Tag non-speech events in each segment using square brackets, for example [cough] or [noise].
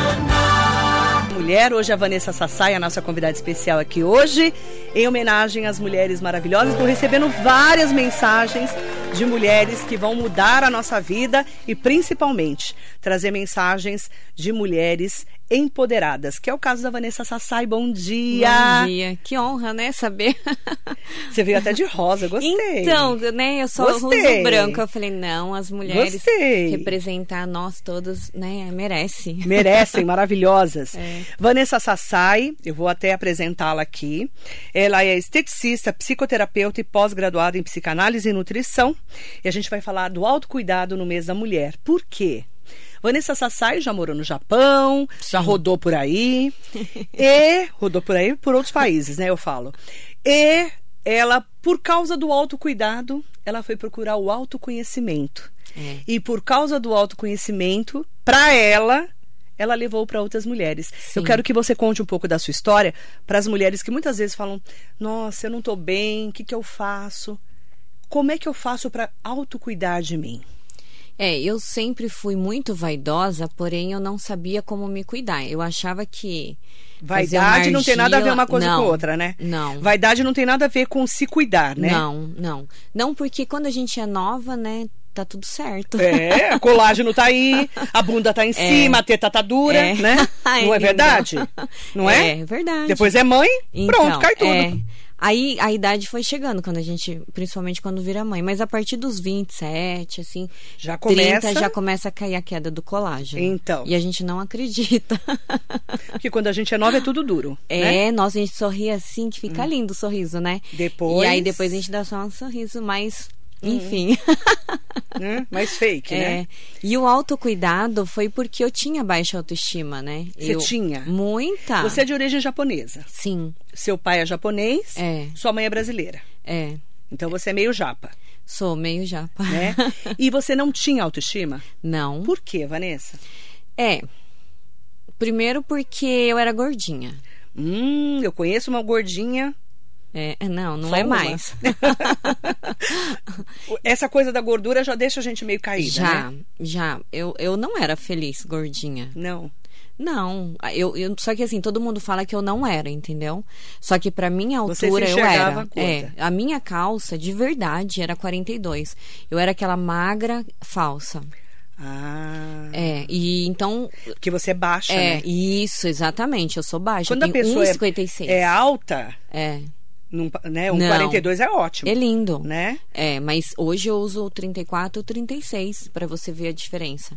Metropolitana. Mulher, hoje a Vanessa Sassai, a nossa convidada especial aqui hoje, em homenagem às mulheres maravilhosas. Estou recebendo várias mensagens de mulheres que vão mudar a nossa vida e principalmente trazer mensagens de mulheres empoderadas, que é o caso da Vanessa Sassai. Bom dia! Bom dia! Que honra, né? Saber. Você veio até de rosa, [laughs] gostei. Então, né? Eu só gostei. uso branco. Eu falei, não, as mulheres gostei. representar nós todas, né? Merece. Merecem, maravilhosas. [laughs] É. Vanessa Sassai, eu vou até apresentá-la aqui. Ela é esteticista, psicoterapeuta e pós-graduada em psicanálise e nutrição. E a gente vai falar do autocuidado no mês da mulher. Por quê? Vanessa Sassai já morou no Japão, Sim. já rodou por [laughs] aí. e rodou por aí por outros países, né? Eu falo. E ela, por causa do autocuidado, ela foi procurar o autoconhecimento. É. E por causa do autoconhecimento, para ela, ela levou para outras mulheres. Sim. Eu quero que você conte um pouco da sua história para as mulheres que muitas vezes falam: Nossa, eu não estou bem, o que, que eu faço? Como é que eu faço para autocuidar de mim? É, eu sempre fui muito vaidosa, porém eu não sabia como me cuidar. Eu achava que. Vaidade argila... não tem nada a ver uma coisa não, com outra, né? Não. Vaidade não tem nada a ver com se cuidar, né? Não, não. Não, porque quando a gente é nova, né? Tá tudo certo. [laughs] É, o colágeno tá aí, a bunda tá em é. cima, a teta tá dura, é. [laughs] [laughs] né? Não é verdade? Não é? então. É verdade. Depois é mãe, então, pronto, cai tudo. É. Aí a idade foi chegando quando a gente, principalmente quando vira mãe, mas a partir dos 27, assim, já começa 30, já começa a cair a queda do colágeno. Então. E é- a gente [laughs] não acredita. Porque quando a gente é nova é tudo duro. É, né? nossa, a gente sorri assim que fica hum. lindo o sorriso, né? Depois. E aí depois a gente dá só um sorriso mais [laughs] enfim. né? Mais fake, é. né? E o autocuidado foi porque eu tinha baixa autoestima, né? Você eu... tinha? Muita. Você é de origem japonesa. Sim. Seu pai é japonês. É. Sua mãe é brasileira. É. Então você é meio japa. Sou meio japa. Né? E você não tinha autoestima? [laughs] Não. Por quê, Vanessa? É. Primeiro porque eu era gordinha. Hum, eu conheço uma gordinha é, não, não Só é uma. [laughs] mais. né? Essa coisa da gordura já deixa a gente meio caída, já, né? Já, Eu, eu não era feliz gordinha. Não. Não, eu, eu, só que assim, todo mundo fala que eu não era, entendeu? Só que pra minha Você altura se eu era. Curta. É, a minha calça de verdade era 42. Eu era aquela magra falsa. Ah. É, e então. Que você é baixa, é, né? Isso, exatamente. Eu sou baixa. Quando a pessoa 1,56. É, é alta. É. Num, né? Um não. 42 é ótimo. É lindo. Né? É, mas hoje eu uso 34 36 para você ver a diferença.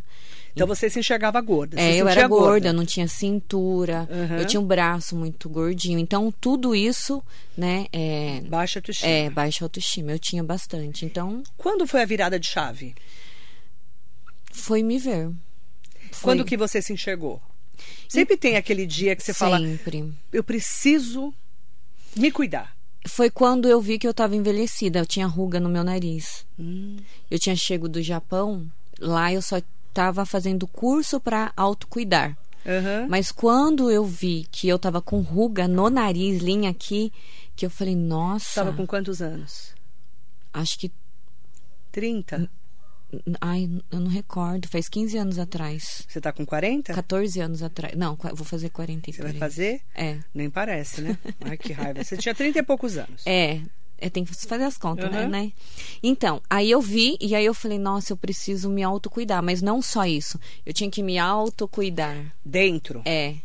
Então você se enxergava gorda. É, se eu era gorda, gorda, eu não tinha cintura, uhum. eu tinha um braço muito gordinho. Então tudo isso, né? É, baixa autoestima. É, baixa autoestima. Eu tinha bastante. Então. Quando foi a virada de chave? foi me ver. Foi... Quando que você se enxergou? Sempre e... tem aquele dia que você fala, Sempre. eu preciso me cuidar. Foi quando eu vi que eu estava envelhecida, eu tinha ruga no meu nariz. Hum. Eu tinha chego do Japão, lá eu só estava fazendo curso para autocuidar. Uhum. Mas quando eu vi que eu estava com ruga no nariz, linha aqui, que eu falei, nossa. Tava com quantos anos? Acho que Hum. 30. Ai, eu não recordo. Faz 15 anos atrás. Você tá com 40? 14 anos atrás. Não, vou fazer 40 Você vai fazer? É. Nem parece, [laughs] né? Ai, que raiva. Você tinha 30 e poucos anos. É. É, tem que fazer as contas, uhum. né? Então, aí eu vi e aí eu falei, nossa, eu preciso me autocuidar. Mas não só isso. Eu tinha que me autocuidar. Dentro? É.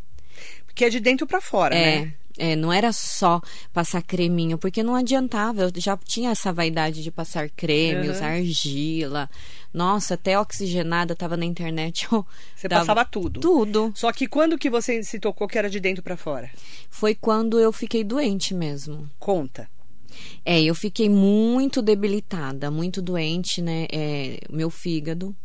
Porque é de dentro para fora, é. né? É, não era só passar creminho, porque não adiantava. Eu já tinha essa vaidade de passar creme, uhum. usar argila. Nossa, até oxigenada tava na internet. [laughs] você passava tudo. Tudo. Só que quando que você se tocou que era de dentro para fora? Foi quando eu fiquei doente mesmo. Conta. É, eu fiquei muito debilitada, muito doente, né? É, meu fígado.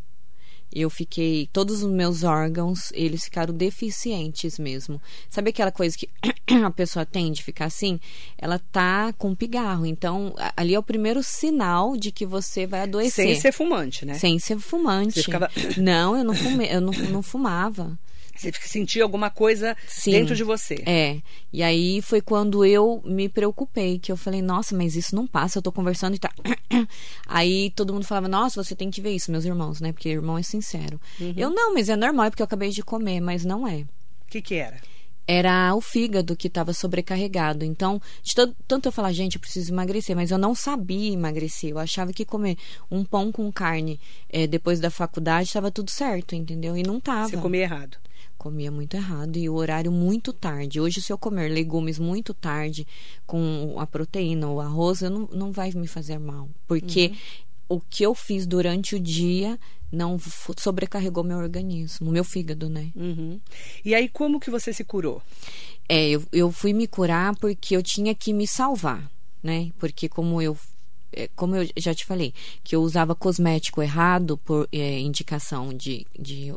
Eu fiquei. Todos os meus órgãos, eles ficaram deficientes mesmo. Sabe aquela coisa que [clears throat] a pessoa tem de ficar assim? Ela tá com pigarro. Então, ali é o primeiro sinal de que você vai adoecer. Sem ser fumante, né? Sem ser fumante. Você ficava... Não, eu não, fume... eu não, não fumava. Você Você sentia alguma coisa Sim. dentro de você. É. E aí foi quando eu me preocupei, que eu falei, nossa, mas isso não passa, eu tô conversando e tá. [coughs] Aí todo mundo falava, nossa, você tem que ver isso, meus irmãos, né? Porque irmão é sincero. Eu não, mas é normal, é porque eu acabei de comer, mas não é. O que que era? Era o fígado que estava sobrecarregado. Então, de tanto- tanto eu falar, gente, eu preciso emagrecer, mas eu não sabia emagrecer. Eu achava que comer um pão com carne eh, depois da faculdade estava tudo certo, entendeu? E não tava. Você comia errado. Comia muito errado e o horário muito tarde. Hoje, se eu comer legumes muito tarde com a proteína ou arroz, eu não, não vai me fazer mal. Porque o que eu fiz durante o dia não f- sobrecarregou meu organismo, meu fígado, né? Uhum. E aí, como que você se curou? É, eu, eu fui me curar porque eu tinha que me salvar, né? Porque como eu é, como eu já te falei, que eu usava cosmético errado por é, indicação de, de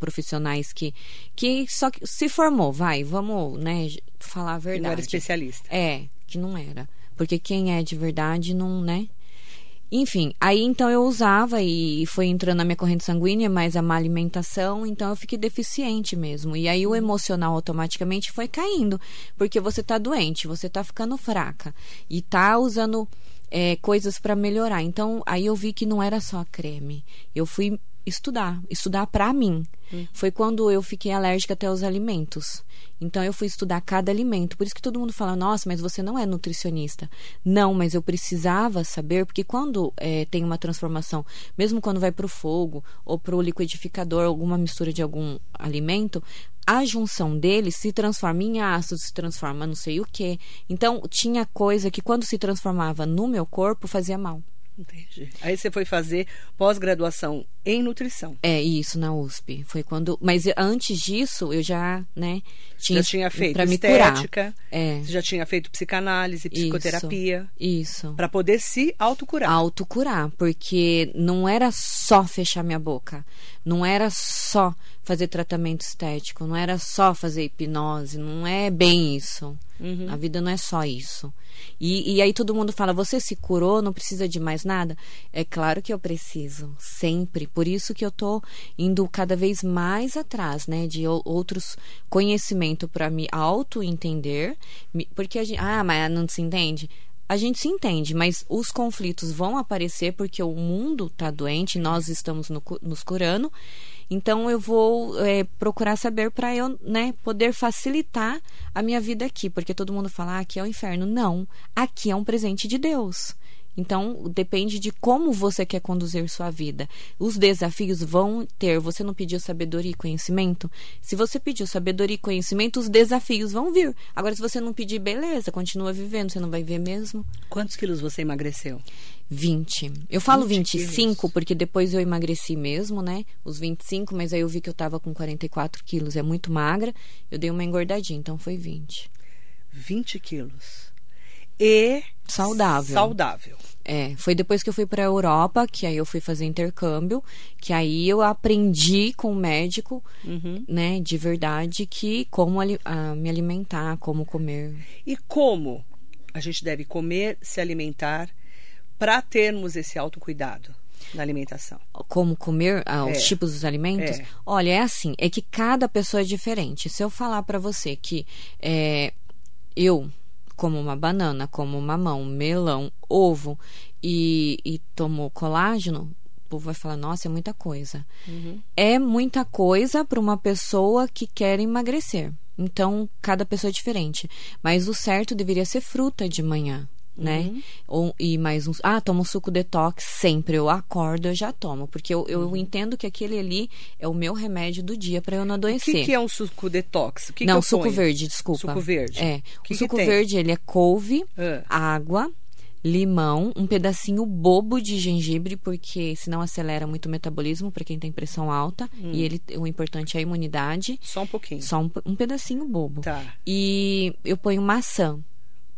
profissionais que, que só que se formou, vai, vamos, né, falar a Que verdade. não era especialista. É, que não era. Porque quem é de verdade não, né? Enfim, aí então eu usava e foi entrando na minha corrente sanguínea, mas a má alimentação, então eu fiquei deficiente mesmo. E aí o emocional automaticamente foi caindo, porque você tá doente, você tá ficando fraca e tá usando é, coisas pra melhorar. Então aí eu vi que não era só creme. Eu fui estudar, estudar pra mim. Foi quando eu fiquei alérgica até aos alimentos. Então eu fui estudar cada alimento. Por isso que todo mundo fala: "Nossa, mas você não é nutricionista". Não, mas eu precisava saber porque quando eh, tem uma transformação, mesmo quando vai pro fogo ou pro liquidificador, alguma mistura de algum alimento, a junção dele se transforma em ácido, se transforma não sei o quê. Então tinha coisa que quando se transformava no meu corpo fazia mal. Entendi. Aí você foi fazer pós-graduação em nutrição. É, isso, na USP. Foi quando. Mas antes disso, eu já, né, tinha. já tinha feito pra me curar. estética, É. você já tinha feito psicanálise, psicoterapia, Isso. para poder se autocurar. Autocurar, porque não era só fechar minha boca, não era só fazer tratamento estético, não era só fazer hipnose, não é bem isso. A vida não é só isso. E, e aí todo mundo fala: você se curou, não precisa de mais nada? É claro que eu preciso, sempre. Por isso que eu tô indo cada vez mais atrás, né, de ou- outros conhecimento para me auto-entender, me- porque a gente, ah, mas não se entende? A gente se entende, mas os conflitos vão aparecer porque o mundo está doente, nós estamos no cu- nos curando. Então eu vou é, procurar saber para eu, né, poder facilitar a minha vida aqui, porque todo mundo fala ah, aqui é o inferno. Não, aqui é um presente de Deus. Então depende de como você quer conduzir sua vida. Os desafios vão ter. Você não pediu sabedoria e conhecimento? Se você pediu sabedoria e conhecimento, os desafios vão vir. Agora, se você não pedir, beleza, continua vivendo, você não vai ver mesmo. Quantos quilos você emagreceu? 20. Eu falo 20 25 quilos. porque depois eu emagreci mesmo, né? Os 25, mas aí eu vi que eu tava com 44 quilos, é muito magra. Eu dei uma engordadinha, então foi 20. 20 quilos. E. Saudável. Saudável. É, foi depois que eu fui pra Europa, que aí eu fui fazer intercâmbio, que aí eu aprendi com o médico, Uhum. né, de verdade, que como ali- ah, me alimentar, como comer. E como a gente deve comer, se alimentar, para termos esse autocuidado na alimentação? como comer ah, os É. tipos dos alimentos? É. Olha, é assim, é que cada pessoa é diferente. Se eu falar pra você que é, eu como uma banana, como mamão, melão, ovo e, e tomo colágeno, o povo vai falar, nossa, é muita coisa. É muita coisa pra uma pessoa que quer emagrecer. Então, cada pessoa é diferente. Mas o certo deveria ser fruta de manhã né? Uhum. Ou, e mais uns. Ah, tomo suco detox sempre. Eu acordo, eu já tomo. Porque eu, eu entendo que aquele ali é o meu remédio do dia pra eu não Uhum. O adoecer. que, que é um suco detox? O que que não, eu suco ponho? verde, desculpa. Suco verde. É. O O, que que suco tem? verde, ele é couve, Ah. água, limão, um pedacinho bobo de gengibre, porque senão acelera muito o metabolismo pra quem tem pressão alta. Hum. E ele, o importante é a imunidade. Só um pouquinho. Só um, um pedacinho bobo. Tá. E eu ponho maçã.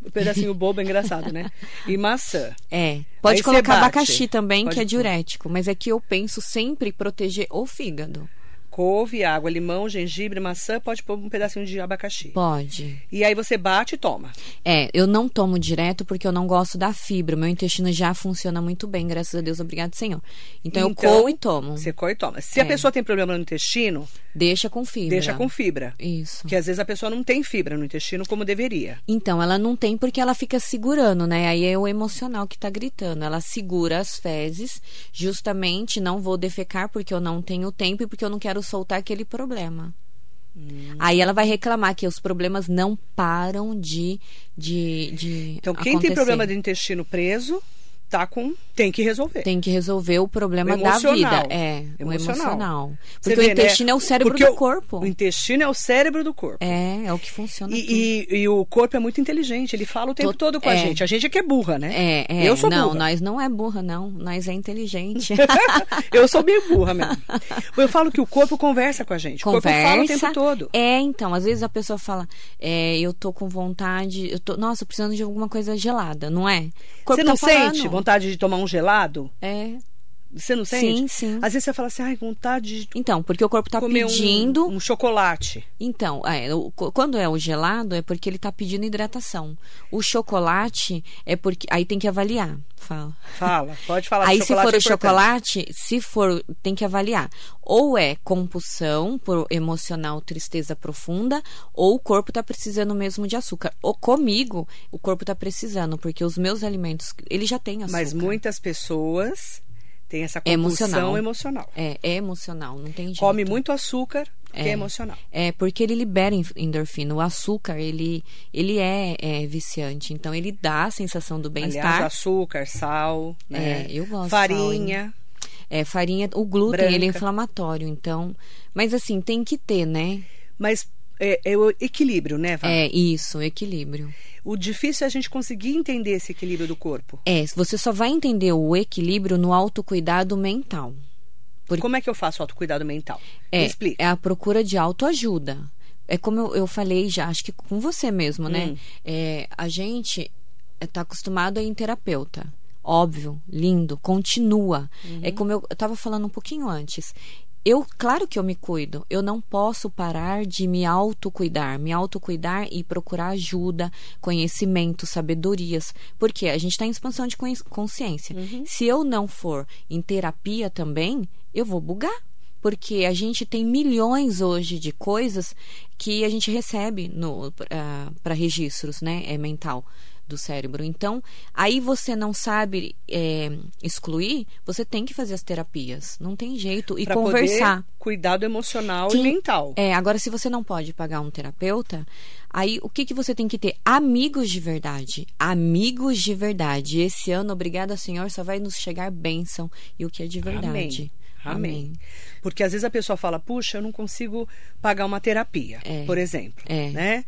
Um pedacinho bobo é engraçado, né? E maçã. É. Aí Pode você colocar bate. abacaxi também, Pode que é pôr. diurético. Mas é que eu penso sempre proteger o fígado. Couve, água, limão, gengibre, maçã, pode pôr um pedacinho de abacaxi. Pode. E aí você bate e toma. É, eu não tomo direto porque eu não gosto da fibra. Meu intestino já funciona muito bem, graças a Deus, obrigado, Senhor. Então, eu coo e tomo. Você coa e toma. Se a É. pessoa tem problema no intestino, Deixa com fibra. Deixa com fibra. Isso. Que às vezes a pessoa não tem fibra no intestino como deveria. Então, ela não tem porque ela fica segurando, né? Aí é o emocional que tá gritando. Ela segura as fezes, justamente não vou defecar porque eu não tenho tempo e porque eu não quero soltar aquele problema. Hum. Aí ela vai reclamar que os problemas não param de. de, de então, quem acontecer. tem problema de intestino preso, tá com. Tem que resolver. Tem que resolver o problema O da vida. emocional. É, o Emocional. emocional. Você Porque vê, o intestino né? é o cérebro Porque do o- corpo. O intestino é o cérebro do corpo. É, é o que funciona. tudo. E, e- e o corpo é muito inteligente, ele fala o tempo Tô- todo com a é. gente. A gente é que é burra, né? É, é, Eu sou não, burra. nós não é burra, não. Nós é inteligente. [laughs] Eu sou meio burra [laughs] mesmo. Eu falo que o corpo conversa com a gente. O corpo fala o tempo todo. É, então, às vezes a pessoa fala, é, eu tô com vontade, eu tô, nossa, precisando de alguma coisa gelada, não é? O corpo Você não tá falando. sente vontade de tomar um gelado? É, Você não sente? sim, sim. Às vezes você fala assim, ai, vontade de Então, porque o corpo tá comer um- pedindo. um, chocolate. Então, é, o- co- quando é o gelado, é porque ele tá pedindo hidratação. O chocolate é porque. Aí tem que avaliar. Fala. Fala, pode falar Aí, que se for é o importante. chocolate, se for, tem que avaliar. Ou é compulsão por emocional tristeza profunda, ou o corpo tá precisando mesmo de açúcar. Ou comigo, o corpo tá precisando, porque os meus alimentos, ele já tem açúcar. Mas muitas pessoas têm essa É compulsão emocional. emocional. É, é emocional, não tem jeito. Come muito açúcar, que é, É. emocional. É, porque ele libera en- endorfina. O açúcar, ele, ele é, é, viciante. Então, ele dá a sensação do Aliás, bem-estar. açúcar, sal, né? É, eu gosto de Farinha. É, farinha, o glúten, Branca. ele é inflamatório. Então, mas assim, tem que ter, né? Mas é, é o equilíbrio, né, Vá? É, isso, equilíbrio. O difícil é a gente conseguir entender esse equilíbrio do corpo. É, você só vai entender o equilíbrio no autocuidado mental. Porque- Como é que eu faço autocuidado mental? É, Me explica. é a procura de autoajuda. É como eu, eu falei já, acho que com você mesmo, né? Hum. É, a gente está acostumado a ir em terapeuta. Óbvio, lindo, continua. Uhum. É como eu estava falando um pouquinho antes. Eu, claro que eu me cuido. Eu não posso parar de me autocuidar, me autocuidar e procurar ajuda, conhecimento, sabedorias. Porque a gente está em expansão de conhe- consciência. Uhum. Se eu não for em terapia também, eu vou bugar porque a gente tem milhões hoje de coisas que a gente recebe para registros, né? É mental do cérebro. Então, aí você não sabe é, excluir, você tem que fazer as terapias. Não tem jeito. E Pra conversar. Poder cuidado emocional Que- e mental. É, agora se você não pode pagar um terapeuta, aí o que, que você tem que ter? Amigos de verdade. Amigos de verdade. Esse ano, obrigada, Senhor, só vai nos chegar bênção e o que é de verdade. Amém. Porque às vezes a pessoa fala, puxa, eu não consigo pagar uma terapia, É. por exemplo. É. Né?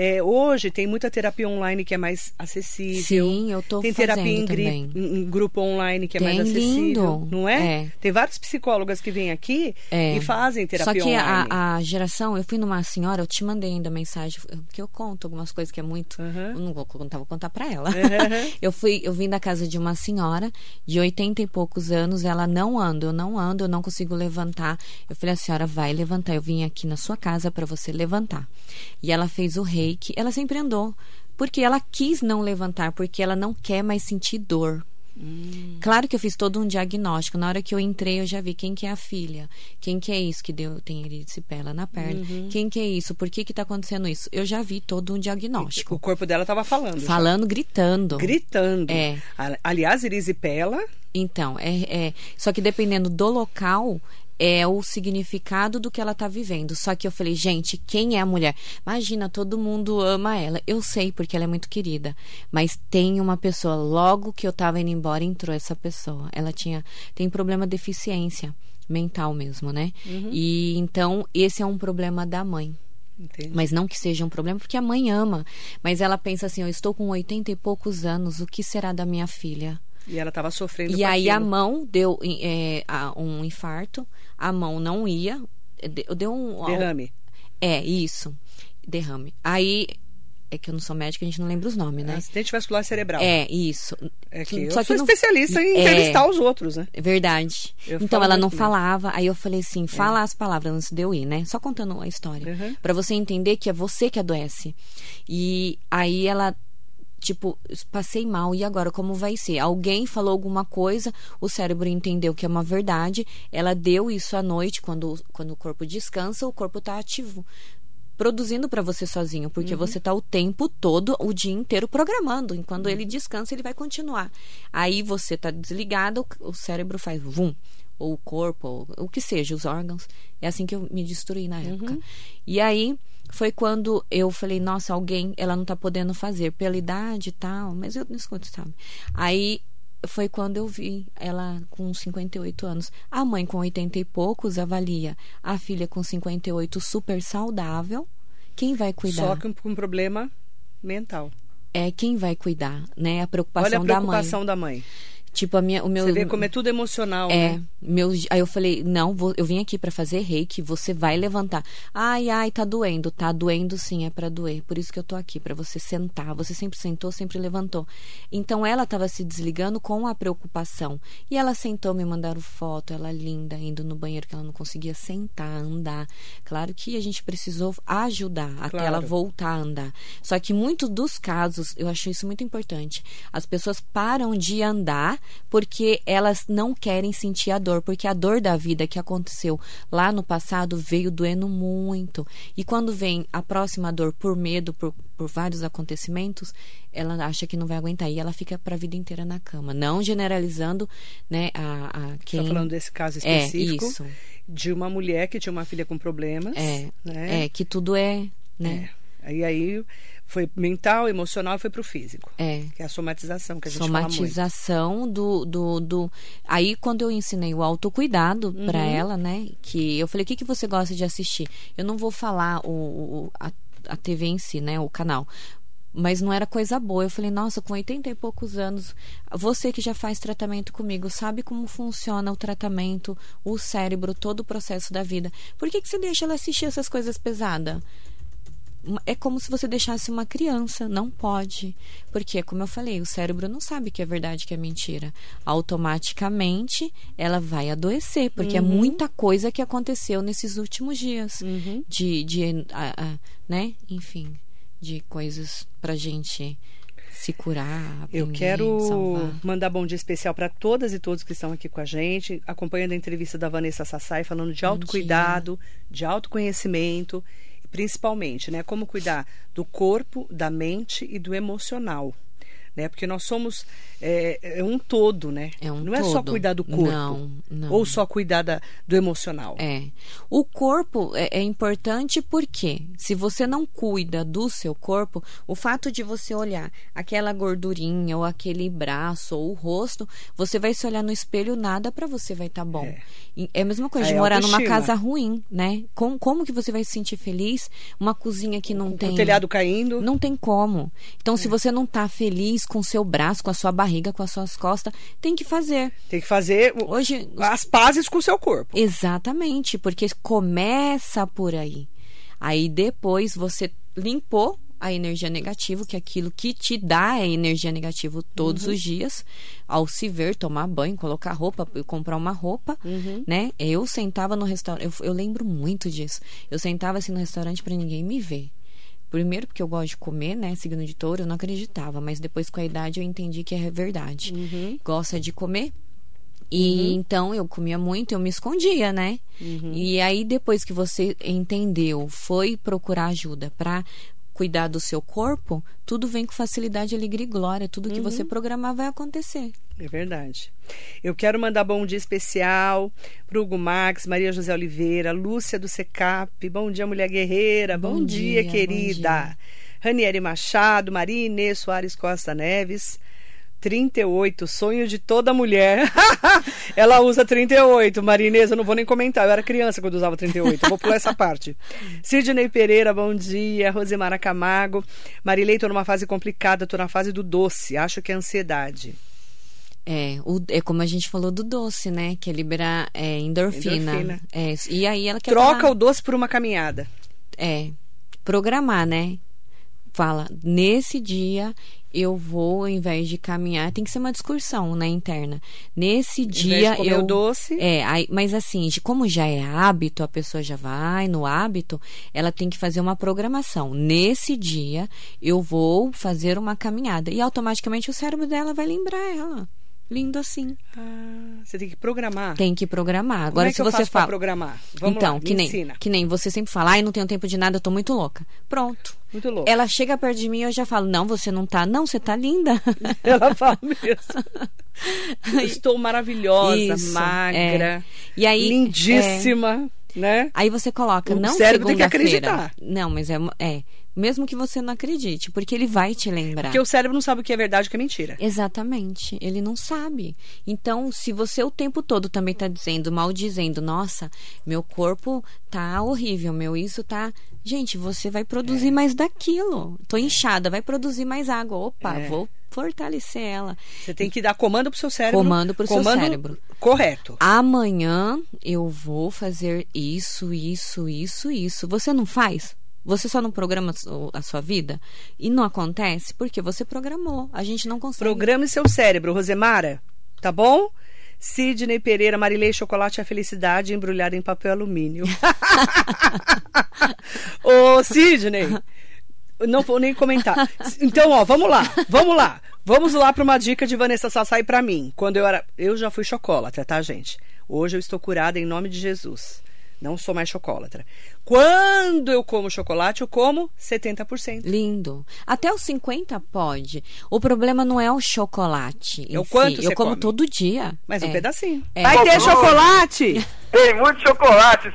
É, hoje tem muita terapia online que é mais acessível. Sim, eu tô Tem terapia fazendo em, gri- também. em- em grupo online que é Tem, mais acessível, lindo. não é? É. Tem várias psicólogas que vêm aqui É. e fazem terapia Só que a, online. a geração, eu fui numa senhora, eu te mandei ainda mensagem, porque eu conto algumas coisas que é muito. Uhum. Eu não vou contar, vou contar pra Uhum. ela. [laughs] eu fui, eu vim da casa de uma senhora de 80 e poucos anos, ela não anda, eu não ando, eu não consigo levantar. Eu falei, a senhora vai levantar, eu vim aqui na sua casa pra você levantar. E ela fez o reiki, ela sempre andou. Porque ela quis não levantar, porque ela não quer mais sentir dor. Claro que eu fiz todo um diagnóstico. Na hora que eu entrei, eu já vi quem que é a filha, quem que é isso que deu, tem erisipela na perna, quem que é isso, por que que tá acontecendo isso. Eu já vi todo um diagnóstico. O corpo dela estava falando. já. Falando, gritando. Gritando. É. A- Aliás, Iris e Pela, Então, é, é- Só que dependendo do local, é o significado do que ela tá vivendo. Só que eu falei, gente, quem é a mulher? Imagina, todo mundo ama ela. Eu sei, porque ela é muito querida. Mas tem uma pessoa, logo que eu tava indo embora, entrou essa pessoa. Ela tinha. Tem problema de deficiência mental mesmo, né? E então, esse é um problema da mãe. entende? Mas não que seja um problema, porque a mãe ama. Mas ela pensa assim: eu estou com 80 e poucos anos, o que será da minha filha? E ela estava sofrendo E com aí a aquilo. mão deu é, a- um infarto, a mão não ia, de- deu um Derrame. É isso, derrame. Aí é que eu não sou médica, a gente não lembra os nomes, né? Acidente vascular cerebral. É isso. Ah, tá. É que eu Só sou não- especialista em É. entrevistar os outros, né? É Verdade. Eu então falo ela muito não mesmo. É. falava, aí eu falei assim, fala as palavras antes de eu ir, né? Só contando a história, Uhum. Pra você entender que é você que adoece. E aí ela tipo, passei mal e agora como vai ser? Alguém falou alguma coisa, o cérebro entendeu que é uma verdade, ela deu isso à noite quando, quando o corpo descansa, o corpo está ativo. Produzindo para você sozinho, porque uhum. você está o tempo todo, o dia inteiro programando. Enquanto uhum. ele descansa, ele vai continuar. Aí você está desligado, o cérebro faz vum, ou o corpo, ou o que seja, os órgãos. É assim que eu me destruí na época. Uhum. E aí, foi quando eu falei, nossa, alguém, ela não tá podendo fazer pela idade e tal, mas eu não escuto, sabe? Aí foi quando eu vi ela com 58 anos. A mãe com 80 e poucos avalia, a filha com 58 super saudável. Quem vai cuidar? Só que com um problema mental. É quem vai cuidar, né? A preocupação, Olha a preocupação da mãe. Da mãe. Tipo, a minha, o meu. Você vê como é tudo emocional. É. Né? Meu, aí eu falei, não, vou, eu vim aqui para fazer reiki, você vai levantar. Ai, ai, tá doendo. Tá doendo sim, é para doer. Por isso que eu tô aqui, para você sentar. Você sempre sentou, sempre levantou. Então ela tava se desligando com a preocupação. E ela sentou, me mandaram foto, ela linda, indo no banheiro, que ela não conseguia sentar, andar. Claro que a gente precisou ajudar até claro. ela voltar a andar. Só que muitos dos casos, eu acho isso muito importante. As pessoas param de andar porque elas não querem sentir a dor, porque a dor da vida que aconteceu lá no passado veio doendo muito. E quando vem a próxima dor por medo, por, por vários acontecimentos, ela acha que não vai aguentar e ela fica para a vida inteira na cama. Não generalizando, né, a, a quem... Tá falando desse caso específico. É, isso. De uma mulher que tinha uma filha com problemas. É, né? é que tudo é, né? É. E aí foi mental, emocional e foi pro físico. É. Que é a somatização que a gente Somatização fala muito. Do, do, do. Aí quando eu ensinei o autocuidado uhum. para ela, né? Que eu falei, o que, que você gosta de assistir? Eu não vou falar o, o a, a TV em si, né? O canal mas não era coisa boa. Eu falei, nossa, com 80 e poucos anos, você que já faz tratamento comigo, sabe como funciona o tratamento, o cérebro, todo o processo da vida. Por que, que você deixa ela assistir essas coisas pesadas? É como se você deixasse uma criança, não pode. Porque, como eu falei, o cérebro não sabe que é verdade que é mentira. Automaticamente ela vai adoecer, porque uhum. é muita coisa que aconteceu nesses últimos dias. Uhum. De, de a, a, né? Enfim de coisas pra gente se curar. Aprender, Eu quero salvar. mandar bom dia especial para todas e todos que estão aqui com a gente, acompanhando a entrevista da Vanessa Sassai falando de bom autocuidado, dia. de autoconhecimento, principalmente, né, como cuidar do corpo, da mente e do emocional. Né? Porque nós somos é, um todo, né? É um não todo. é só cuidar do corpo. Não, não. Ou só cuidar da, do emocional. É. O corpo é, é, importante porque se você não cuida do seu corpo, o fato de você olhar aquela gordurinha ou aquele braço ou o rosto, você vai se olhar no espelho, nada para você vai estar tá bom. É. é. a mesma coisa de morar autoestima. numa casa ruim, né? Com, como que você vai se sentir feliz? Uma cozinha que não o, tem. O telhado caindo. Não tem como. Então, se você não tá feliz com o seu braço, com a sua barriga, com as suas costas, tem que fazer. Tem que fazer hoje as pazes com o seu corpo. Exatamente, porque começa por aí. Aí depois você limpou a energia negativa, que é aquilo que te dá é energia negativa todos uhum. os dias, ao se ver, tomar banho, colocar roupa, comprar uma roupa, uhum. né? Eu sentava no restaurante, eu, eu lembro muito disso. Eu sentava assim no restaurante para ninguém me ver. Primeiro porque eu gosto de comer, né? Signo de touro, eu não acreditava, mas depois com a idade eu entendi que é verdade. Uhum. Gosta de comer. E uhum. então eu comia muito, eu me escondia, né? Uhum. E aí depois que você entendeu, foi procurar ajuda para cuidar do seu corpo, tudo vem com facilidade, alegria e glória. Tudo que você programar vai acontecer. É verdade. Eu quero mandar bom dia especial para Hugo Max, Maria José Oliveira, Lúcia do Secap. Bom dia, mulher guerreira. Bom, bom dia, dia, querida. Bom dia. Ranieri Machado, Maria Inês Soares Costa Neves. 38, sonho de toda mulher. [laughs] Ela usa 38. Marinesa, eu não vou nem comentar. Eu era criança quando usava 38. Eu vou pular essa parte. [laughs] Sidney Pereira, bom dia. Rosemara Camargo. Marilei, tô numa fase complicada, tô na fase do doce. Acho que é ansiedade. É, o, é como a gente falou do doce, né? Que é libera é, endorfina. endorfina. É, e aí ela Troca parar. o doce por uma caminhada. É. Programar, né? Fala, nesse dia eu vou, ao invés de caminhar, tem que ser uma discussão, né, interna. Nesse dia eu doce. É, aí, mas assim, de como já é hábito, a pessoa já vai no hábito, ela tem que fazer uma programação. Nesse dia eu vou fazer uma caminhada e automaticamente o cérebro dela vai lembrar ela. Lindo assim. Ah, você tem que programar. Tem que programar. Agora Como é que se eu você faço pra fala, programar? Vamos então, lá, que me nem, ensina. que nem você sempre fala, ai, não tenho tempo de nada, eu tô muito louca. Pronto. Muito louco. Ela chega perto de mim e eu já falo: "Não, você não tá, não, você tá linda". [laughs] Ela fala mesmo. [laughs] Estou maravilhosa, Isso, magra, é. E aí lindíssima, né? é. aí você coloca, O não cérebro tem que segunda-feira. acreditar. Não, mas é, é, mesmo que você não acredite, porque ele vai te lembrar. Porque o cérebro não sabe o que é verdade e o que é mentira. Exatamente, ele não sabe. Então, se você o tempo todo também tá dizendo, mal dizendo, nossa, meu corpo tá horrível, meu isso tá. Gente, você vai É. produzir mais daquilo. Tô inchada, vai produzir mais água. Opa, É. vou fortalecer ela. Você tem que dar comando pro seu cérebro. Comando pro seu comando cérebro. Correto. Amanhã eu vou fazer isso, isso, isso, isso. Você não faz? Você só não programa su- a sua vida? E não acontece porque você programou. A gente não consegue. Programe seu cérebro, Rosemara, tá bom? Sidney Pereira, Marilei Chocolate é a felicidade embrulhada em papel alumínio. Ô, Sidney, não vou nem comentar. Então, ó, vamos lá, vamos lá. Vamos lá para uma dica de Vanessa Sassai para mim. Quando eu era. Eu já fui chocólatra, tá, gente? Hoje eu estou curada em nome de Jesus. Não sou mais chocólatra. Quando eu como chocolate, eu como 70%. Lindo. Até os 50 pode. O problema não é o chocolate. em É o quanto si. você Eu como come. todo dia. Mas um É. pedacinho. É. Vai ter chocolate! Tem muito chocolate.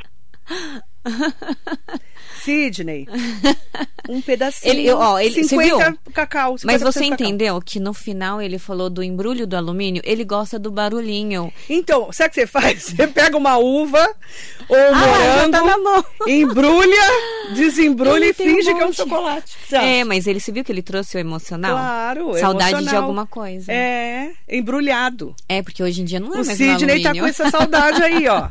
[laughs] Sidney, um pedacinho. Ele, eu- ó, ele, você 50 viu? cacau. Mas 50% você cacau. entendeu que no final ele falou do embrulho do alumínio? Ele gosta do barulhinho. Então, sabe o que você faz? [laughs] Você pega uma uva ou um já morango, tá [laughs] na mão. embrulha, desembrulha Ele e tem um finge que é um monte. chocolate. Você acha? É, mas ele se viu que ele trouxe o emocional? Claro, Saudade de emocional. alguma coisa. É, embrulhado. É, porque hoje em dia não é o mais Sidney um tá alumínio. com [laughs] essa saudade aí, ó.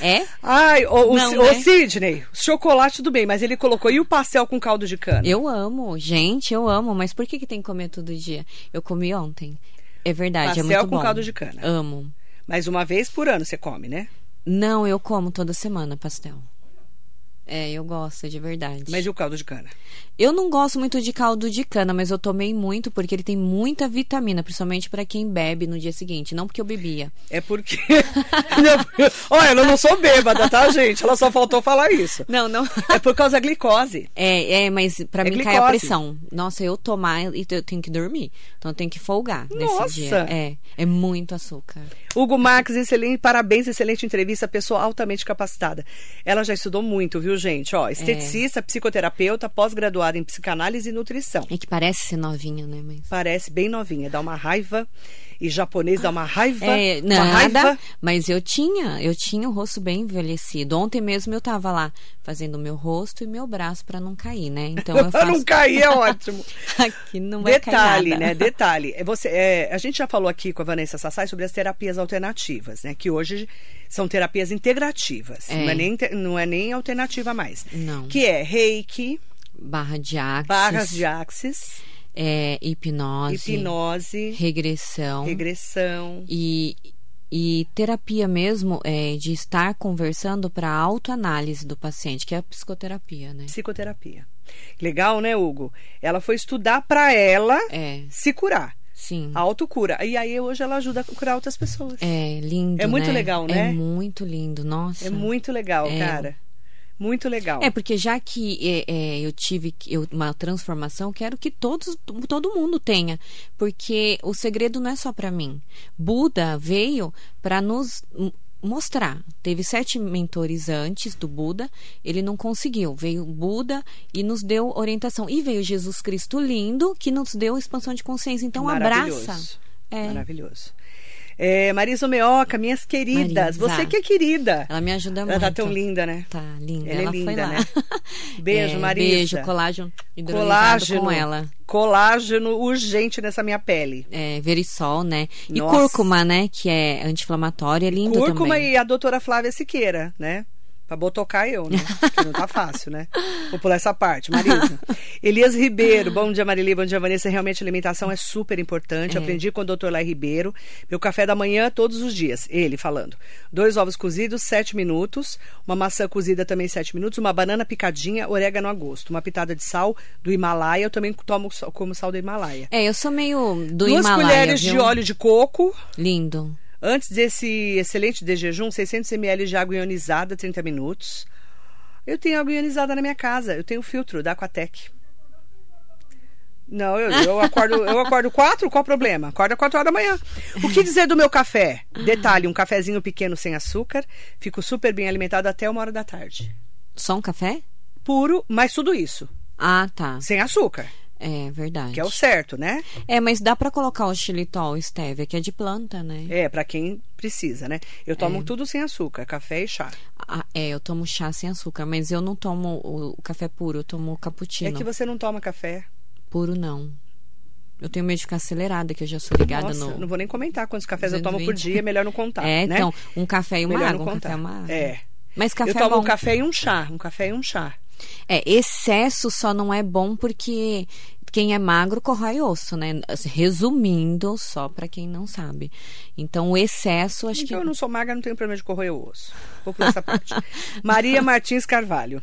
É? Ai, ô, o, Não, Ci- né? ô, Sidney, chocolate do bem, mas ele colocou e o pastel com caldo de cana? Eu amo, gente, eu amo. Mas por que, que tem que comer todo dia? Eu comi ontem. É verdade, é Pastel muito com bom. caldo de cana. Amo. Mas uma vez por ano você come, né? Não, eu como toda semana pastel. É, eu gosto, de verdade. Mas e o caldo de cana? Eu não gosto muito de caldo de cana, mas eu tomei muito porque ele tem muita vitamina, principalmente pra quem bebe no dia seguinte. Não porque eu bebia. É [laughs] porque. Não, Olha, eu não sou bêbada, tá, gente? Ela só faltou falar isso. Não, não. É por causa da glicose. É, é, mas pra É mim cai a glicose. pressão. Nossa, eu tomar e eu tenho que dormir. Então eu tenho que folgar Nossa! nesse dia. É, é muito açúcar. Hugo Max, excelente, parabéns, excelente entrevista, pessoa altamente capacitada. Ela já estudou muito, viu, gente? Ó, esteticista, psicoterapeuta, pós-graduada em psicanálise e nutrição. É que parece ser novinha, né, mas. Parece bem novinha, dá uma raiva. E japonês dá uma raiva. É, uma nada, raiva. mas eu tinha, eu tinha o rosto bem envelhecido. Ontem mesmo eu tava lá fazendo meu rosto e meu braço pra não cair, né? Então [laughs] eu Pra faço não cair, é ótimo. [laughs] aqui não vai Detalhe, cair nada. né? Detalhe. É Você, é, a gente já falou aqui com a Vanessa Sassai sobre as terapias alternativas, né? Que hoje são terapias integrativas. É. Não, é nem, inte- não é nem alternativa mais. Não. Que é reiki, Barra de axis, barras de axis, é, hipnose, hipnose, regressão regressão. e, e terapia mesmo é de estar conversando para autoanálise do paciente, que é a psicoterapia, né? Psicoterapia. Legal, né, Hugo? Ela foi estudar pra ela É, se curar. sim. A autocura. E aí hoje ela ajuda a curar outras pessoas. É lindo, É muito né? legal, É né? muito lindo, nossa. É muito legal, É. cara. Muito legal. É, porque já que é, é, eu tive que- eu- uma transformação, eu quero que todos, todo mundo tenha. Porque o segredo não é só pra mim. Buda veio pra nos m- mostrar. Teve sete mentores antes do Buda, ele não conseguiu. Veio o Buda e nos deu orientação. E veio Jesus Cristo lindo, que nos deu expansão de consciência. Então, Maravilhoso. abraça. É. Maravilhoso. É, Marisa Meoca, minhas queridas. Marisa. Você que é querida. Ela me ajuda Ela muito. tá tão linda, né? Tá linda. Ela é Ela, foi linda, lá. né? Beijo, [laughs] É, Marisa. Beijo, colágeno hidrolisado colágeno. com ela. Colágeno urgente nessa minha pele. É, verisol, né? E Nossa. cúrcuma, né? Que é anti-inflamatória, é lindo Cúrcuma também. e a doutora Flávia Siqueira, né? Pra botocar eu, né? Que não tá fácil, né? Vou pular essa parte. [laughs] Marisa. Elias Ribeiro. Bom dia, Marili. Bom dia, Vanessa. Realmente, alimentação é super importante. É. Aprendi com o Dr. Lai Ribeiro. Meu café da manhã, todos os dias. Ele falando. Dois ovos cozidos, sete minutos. Uma maçã cozida também, sete minutos. Uma banana picadinha, orégano a gosto. Uma pitada de sal do Himalaia. Eu também tomo, sal- como sal do Himalaia. É, eu sou meio do Duas Himalaia, colheres viu? de óleo de coco. Lindo. Antes desse excelente de jejum, 600 ml de água ionizada, 30 minutos. Eu tenho água ionizada na minha casa. Eu tenho filtro da Aquatec. Não, eu, [laughs] eu acordo eu acordo quatro, qual o problema? Acordo quatro horas da manhã. O que dizer do meu café? Detalhe, um cafezinho pequeno sem açúcar. Fico super bem alimentado até uma hora da tarde. Só um café? Puro, mas tudo isso. Ah, tá. Sem açúcar, É verdade. que é o certo, né? É, mas dá pra colocar o xilitol, stevia, que é de planta, né? É, pra quem precisa, né? Eu tomo tudo sem açúcar, café e chá. Ah, é, eu tomo chá sem açúcar, mas eu não tomo o o café puro, eu tomo cappuccino. É que você não toma café. Puro não. Eu tenho medo de ficar acelerada, que eu já sou ligada Nossa, no. não vou nem comentar quantos cafés eu tomo por 220. dia, melhor não contar. é, né? então, um café e uma Melhor água, não um café contar. e uma água. É. Mas café eu tomo é bom. um café e um chá, um café e um chá. É, excesso só não é bom porque quem é magro corrói osso, né? Resumindo, só pra quem não sabe. Então, o excesso, acho então que. eu não sou magra, não tenho problema de corroer o osso. Vou pular essa [laughs] parte. Maria Martins Carvalho.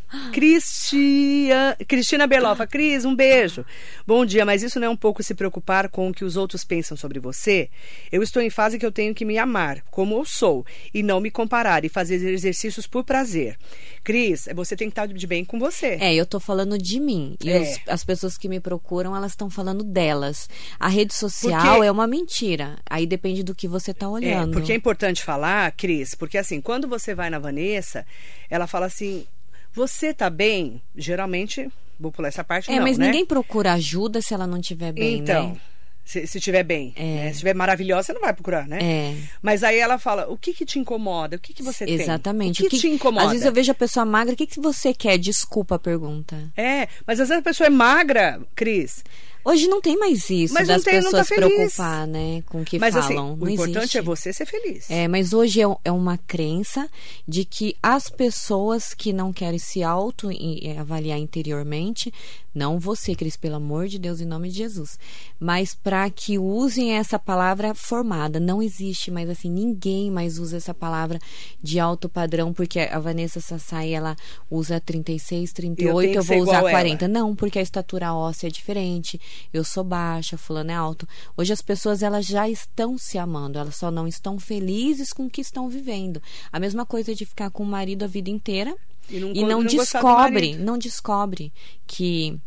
Cristian... Cristina Berlofa. Cris, um beijo. Bom dia, mas isso não é um pouco se preocupar com o que os outros pensam sobre você? Eu estou em fase que eu tenho que me amar, como eu sou, e não me comparar e fazer exercícios por prazer. Cris, você tem que estar de bem com você. É, eu tô falando de mim. E É. os- as pessoas que me procuram, elas estão falando delas. A rede social Porque- é uma mentira. Aí depende do que você tá É, olhando. porque é importante falar, Cris, porque assim, quando você vai na Vanessa, ela fala assim: você tá bem? Geralmente, vou pular essa parte, É, não, mas né? ninguém procura ajuda se ela não estiver bem, Então, né? se, se tiver bem, né? se tiver maravilhosa, você não vai procurar, né? É. Mas aí ela fala: o que que te incomoda? O que que você tem? Exatamente. O que, te incomoda? Às vezes eu vejo a pessoa magra, o que, que você quer? Desculpa a pergunta. É, mas às vezes a pessoa é magra, Cris. Hoje não tem mais isso Mas não das tem, não tá pessoas feliz. preocupar, né? Com o que mas assim, falam. o não importante existe. é você ser feliz. É, mas hoje é, um- é uma crença de que as pessoas que não querem se auto e- e avaliar interiormente, não você, Cris, pelo amor de Deus, em nome de Jesus, mas para que usem essa palavra formada, não existe mais assim, ninguém mais usa essa palavra de alto padrão, porque a Vanessa Sassai, ela usa 36, 38, eu, que ser vou usar igual ela. 40. Não, porque a estatura óssea é diferente. Eu sou baixa, fulano é alto. Hoje as pessoas elas já estão se amando, elas só não estão felizes com o que estão vivendo. A mesma coisa de ficar com o marido a vida inteira E e não não, con- não gostar do descobre, marido. não descobre que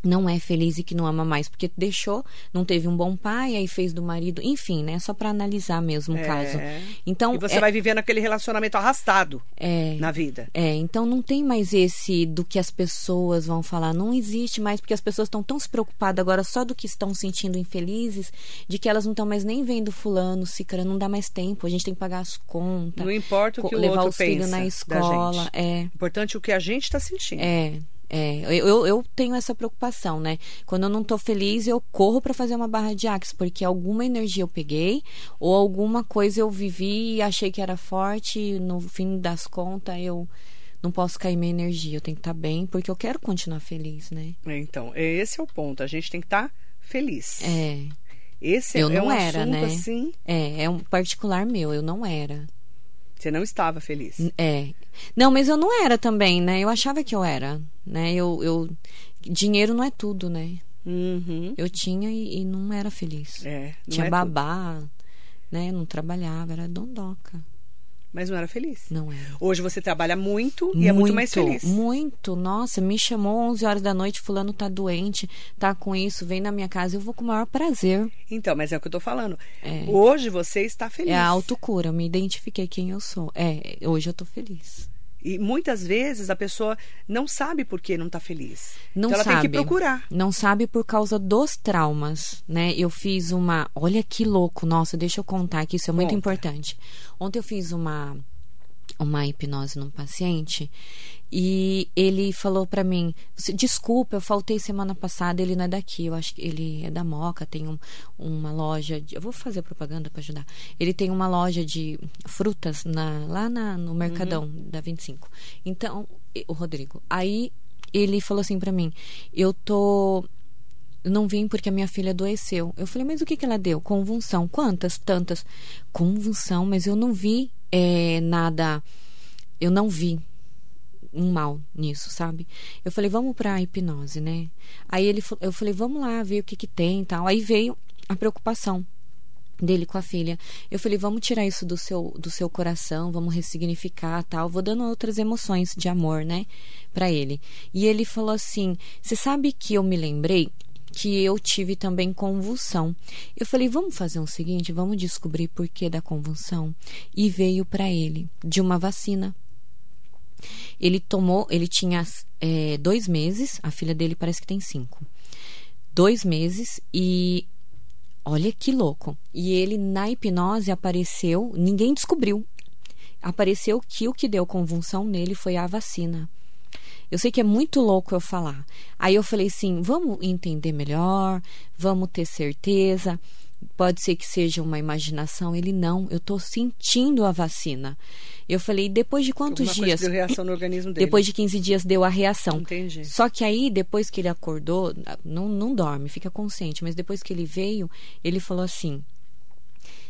não é feliz e que não ama mais, porque deixou, não teve um bom pai, aí fez do marido, enfim, né? Só pra analisar mesmo o É. caso. Então, e você é- vai vivendo aquele relacionamento arrastado é, na vida. é, então não tem mais esse do que as pessoas vão falar, não existe mais, porque as pessoas estão tão se preocupadas agora só do que estão sentindo infelizes, de que elas não estão mais nem vendo fulano, cicrano, não dá mais tempo, a gente tem que pagar as contas. Não importa o Tá. co- que o levar outro os filhos pensa na da escola, gente. é. Importante o que a gente está sentindo. É, é. Eu, eu- eu tenho essa preocupação, né? Quando eu não tô feliz, eu corro pra fazer uma barra de axis, porque alguma energia eu peguei, ou alguma coisa eu vivi e achei que era forte, e no fim das contas eu não posso cair minha energia, eu tenho que estar bem, porque eu quero continuar feliz, né? É, Então, é- esse é o ponto. A gente tem que estar feliz. É. Esse Eu é não um era, assunto né? assim. É, é um particular meu, eu não era. Você não estava feliz. É. Não, mas eu não era também, né? Eu achava que eu era, né? Eu, eu... Dinheiro não é tudo, né? Uhum. Eu tinha e, e não era feliz. É, não Tinha é tudo. babá, né? Não trabalhava, era dondoca. Mas não era feliz. Não era. Hoje você trabalha muito e é muito mais feliz. Muito. Nossa, me chamou 11 horas da noite, fulano tá doente, tá com isso, vem na minha casa, eu vou com o maior prazer. Então, mas é o que eu tô falando. É. Hoje você está feliz. É a autocura, eu me identifiquei quem eu sou. É, hoje eu tô feliz. E muitas vezes a pessoa não sabe por que não tá feliz. Não então ela tem sabe. que procurar. Não sabe por causa dos traumas, né? Eu fiz uma. Olha que louco, nossa, deixa eu contar que isso é muito Conta. importante. Ontem eu fiz uma uma hipnose num paciente e ele falou para mim: Desculpa, eu faltei semana passada, ele não é daqui, eu acho que ele é da Moca, tem um, uma loja. De, eu vou fazer propaganda para ajudar. Ele tem uma loja de frutas na, lá na, no Mercadão uhum. da 25. Então, o Rodrigo. Aí ele falou assim para mim: Eu tô não vim porque a minha filha adoeceu. Eu falei, mas o que, que ela deu? Convulsão. Quantas? Tantas. Convulsão, mas eu não vi é, nada. Eu não vi um mal nisso, sabe? Eu falei, vamos pra hipnose, né? Aí ele, eu falei, vamos lá ver o que, que tem e tal. Aí veio a preocupação dele com a filha. Eu falei, vamos tirar isso do seu, do seu coração, vamos ressignificar, tal. Vou dando outras emoções de amor, né, para ele. E ele falou assim: "Você sabe que eu me lembrei que eu tive também convulsão. Eu falei, vamos fazer o um seguinte, vamos descobrir por que da convulsão. E veio para ele de uma vacina. Ele tomou, ele tinha é, dois meses, a filha dele parece que tem cinco. Dois meses e olha que louco. E ele na hipnose apareceu, ninguém descobriu. Apareceu que o que deu convulsão nele foi a vacina. Eu sei que é muito louco eu falar. Aí eu falei assim: vamos entender melhor, vamos ter certeza. Pode ser que seja uma imaginação. Ele não, eu estou sentindo a vacina. Eu falei, depois de quantos Alguma dias? Deu reação no organismo dele. Depois de 15 dias deu a reação. Entendi. Só que aí, depois que ele acordou, não, não dorme, fica consciente, mas depois que ele veio, ele falou assim: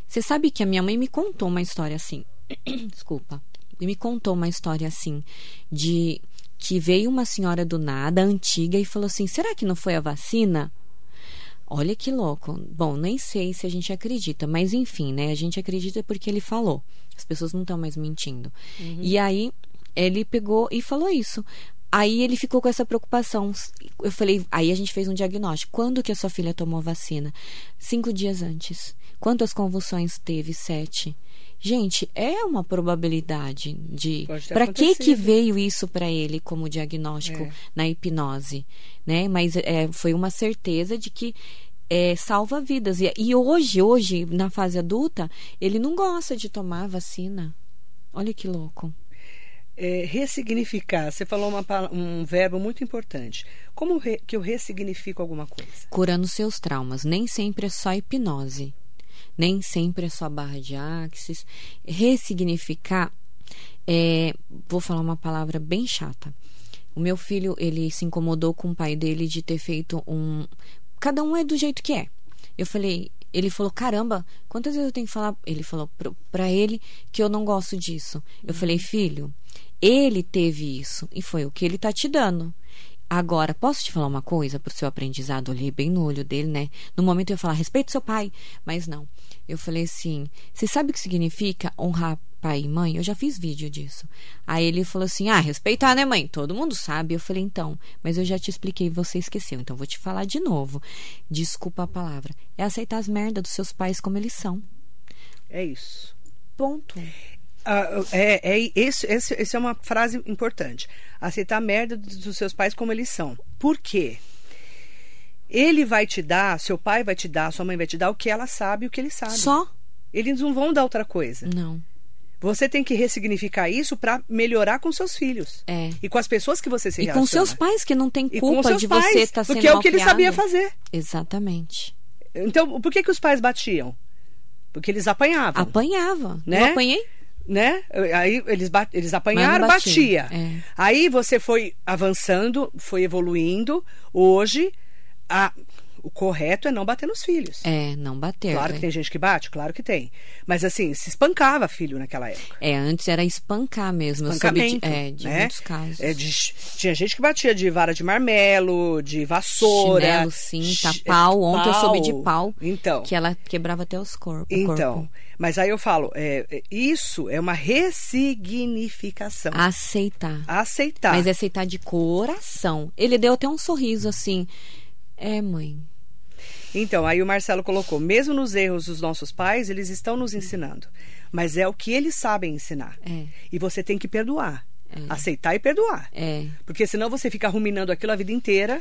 Você sabe que a minha mãe me contou uma história assim. [clears throat] Desculpa. Ele me contou uma história assim de que veio uma senhora do nada, antiga, e falou assim: será que não foi a vacina? Olha que louco. Bom, nem sei se a gente acredita, mas enfim, né? A gente acredita porque ele falou. As pessoas não estão mais mentindo. Uhum. E aí ele pegou e falou isso. Aí ele ficou com essa preocupação. Eu falei, aí a gente fez um diagnóstico. Quando que a sua filha tomou vacina? Cinco dias antes. Quantas convulsões teve? Sete. Gente, é uma probabilidade de para que que veio isso para ele como diagnóstico é. na hipnose, né? Mas é, foi uma certeza de que é, salva vidas e, e hoje, hoje na fase adulta ele não gosta de tomar vacina. Olha que louco. É, ressignificar. Você falou uma, um verbo muito importante. Como re, que eu ressignifico alguma coisa? Curando seus traumas. Nem sempre é só hipnose. Nem sempre é só barra de axis. Ressignificar. É, vou falar uma palavra bem chata. O meu filho, ele se incomodou com o pai dele de ter feito um. Cada um é do jeito que é. Eu falei, ele falou: Caramba, quantas vezes eu tenho que falar? Ele falou para ele que eu não gosto disso. Eu uhum. falei: Filho, ele teve isso e foi o que ele tá te dando. Agora, posso te falar uma coisa pro seu aprendizado? Olhei bem no olho dele, né? No momento eu ia falar: Respeite seu pai, mas não. Eu falei assim: Você sabe o que significa honrar pai e mãe? Eu já fiz vídeo disso. Aí ele falou assim: Ah, respeitar, né, mãe? Todo mundo sabe. Eu falei: Então, mas eu já te expliquei, você esqueceu. Então vou te falar de novo. Desculpa a palavra. É aceitar as merdas dos seus pais como eles são. É isso. Ponto. Ah, é, é isso, esse, esse é uma frase importante. Aceitar a merda dos seus pais como eles são. Por quê? Ele vai te dar, seu pai vai te dar, sua mãe vai te dar o que ela sabe e o que ele sabe. Só? Eles não vão dar outra coisa. Não. Você tem que ressignificar isso para melhorar com seus filhos. É. E com as pessoas que você se e relaciona. E com seus pais, que não tem E culpa com seus de pais, você estar tá sendo Porque é o que ele malcriado. sabia fazer. Exatamente. Então, por que, que os pais batiam? Porque eles apanhavam. Apanhava. Né? Eu apanhei? né? Aí eles, ba- eles apanharam, Mas não batia. batia, é. Aí você foi avançando, foi evoluindo. Hoje, a- o correto é não bater nos filhos. É, não bateu. Claro né? que tem gente que bate, claro que tem. Mas assim, se espancava filho naquela época. É, antes era espancar mesmo. Eu soube de, espancamento, é, de né? muitos casos. É, de- tinha gente que batia de vara de marmelo, de vassoura. Chinelo, cinta, chi- pau. Ontem eu soube de pau. Então. Que ela quebrava até os corpos. Então, mas aí eu falo, é, é, isso é uma ressignificação. Aceitar. Aceitar. Ah, Mas é aceitar de coração. Ele deu até um sorriso assim. É, mãe. Então, aí o Marcelo colocou: mesmo nos erros dos nossos pais, eles estão nos ensinando. Mas é o que eles sabem ensinar. É. E você tem que perdoar. Aceitar e perdoar. É. Porque senão você fica ruminando aquilo a vida inteira.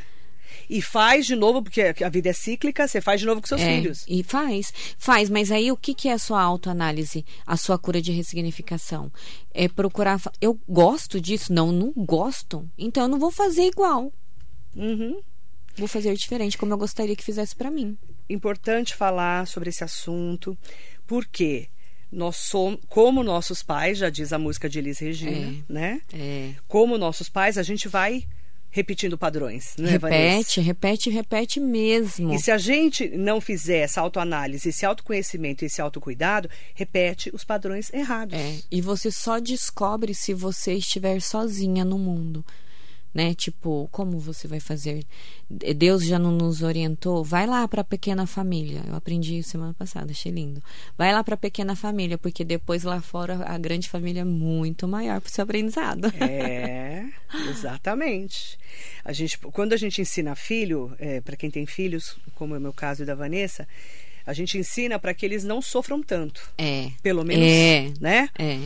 E faz de novo, porque a vida é cíclica, você faz de novo com seus É, filhos. E faz, faz, mas aí o que, que é a sua autoanálise, a sua cura de ressignificação? É procurar. fa- Eu gosto disso? Não, não gosto. Então eu não vou fazer igual. Uhum. Vou fazer diferente, como eu gostaria que fizesse pra mim. Importante falar sobre esse assunto, porque nós somos, como nossos pais, já diz a música de Elis Regina, né? É. Como nossos pais, a gente vai repetindo padrões, né, Vanessa? Repete, repete, repete mesmo. E se a gente não fizer essa autoanálise, esse autoconhecimento e esse autocuidado, repete os padrões errados. É, e você só descobre se você estiver sozinha no mundo. Né? Tipo, como você vai fazer? De- Deus já não nos orientou? Vai lá para a pequena família. Eu aprendi semana passada, achei lindo. Vai lá para a pequena família, porque depois lá fora a grande família é muito maior para o seu aprendizado. É, [laughs] exatamente. A gente, quando a gente ensina filho, para quem tem filhos, como é o meu caso e da Vanessa, a gente ensina para que eles não sofram tanto. [laughs] É. Pelo menos, É. né? É.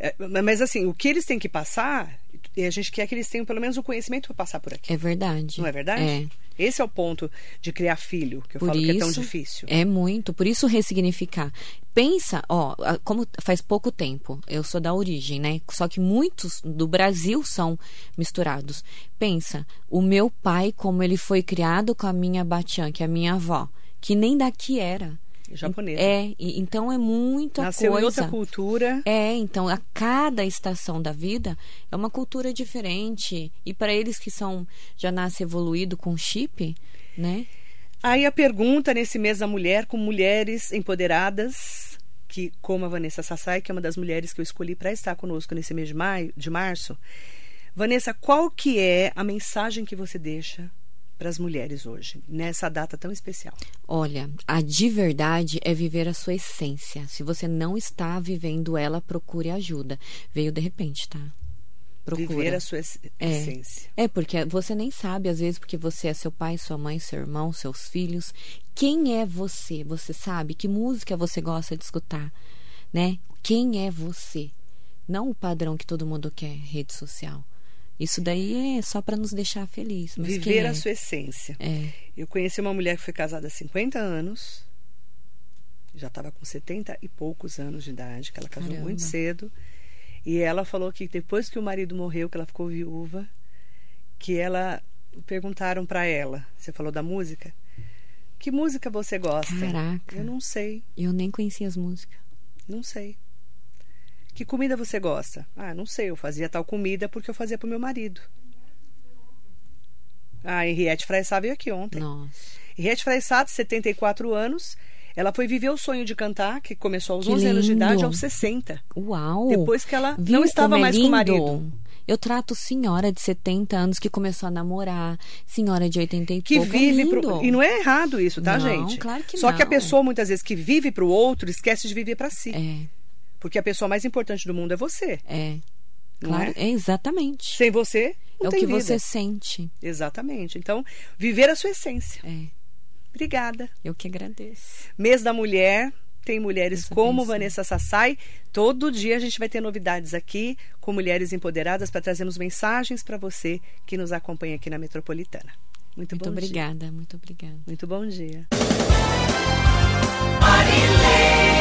É, mas assim, o que eles têm que passar, e a gente quer que eles tenham pelo menos o conhecimento para passar por aqui. É verdade. Não é verdade? É. Esse é o ponto de criar filho, que eu falo que é tão difícil. É muito, por isso ressignificar. Pensa, ó, a- como faz pouco tempo, eu sou da origem, né? Só que muitos do Brasil são misturados. Pensa, o meu pai, como ele foi criado com a minha batian, que é a minha avó, que nem daqui era. Japonesa. É, e- então é muita Nasceu coisa. em outra cultura. É, então a cada estação da vida é uma cultura diferente. E para eles que são já nasce evoluído com chip, né? Aí a pergunta nesse mês da mulher com mulheres empoderadas, que como a Vanessa Sassai, que é uma das mulheres que eu escolhi para estar conosco nesse mês de maio, de março. Vanessa, qual que é a mensagem que você deixa para as mulheres hoje, nessa data tão especial? Olha, a de verdade é viver a sua essência. Se você não está vivendo ela, procure ajuda. Veio de repente, tá? Procura. Viver a sua es- É. essência. É, porque você nem sabe, às vezes, porque você é seu pai, sua mãe, seu irmão, seus filhos. Quem é você? Você sabe? Que música você gosta de escutar? Né? Quem é você? Não o padrão que todo mundo quer, rede social. Isso daí é só pra nos deixar feliz. Mas quem Viver é? a sua essência. É. Eu conheci uma mulher que foi casada há 50 anos, já estava com 70 e poucos anos de idade, que ela casou Caramba. muito cedo. E ela falou que depois que o marido morreu, que ela ficou viúva, que ela perguntaram para ela, você falou da música, que música você gosta? Caraca. Eu não sei, Eu nem conhecia as músicas. não sei. Que comida você gosta? Ah, não sei, eu fazia tal comida porque eu fazia pro meu marido. A Henriette Fraessá veio aqui ontem. Nossa. Henriette Fraisato, 74 anos. Ela foi viver o sonho de cantar, que começou aos Que 11 anos de lindo. idade, aos 60. Uau! Depois que ela Viu não estava como é mais com o marido. lindo? Eu trato senhora de 70 anos que começou a namorar, senhora de 80 e Que pouco. É vive lindo. pro... E não é errado isso, tá, Não, gente? claro que Só que a não. pessoa, muitas vezes, que vive pro outro, esquece de viver pra si. É, Porque a pessoa mais importante do mundo é você. é. Não Claro, é? exatamente. Sem você, não é o tem que vida. você sente. Exatamente. Então, viver a sua essência. É. Obrigada. Eu que agradeço. Mês da Mulher. Tem mulheres Essa como atenção. Vanessa Sassai. Todo dia a gente vai ter novidades aqui com mulheres empoderadas para trazermos mensagens para você que nos acompanha aqui na Metropolitana. Muito, Muito bom dia. obrigada, muito obrigada. Muito bom dia. Marilene.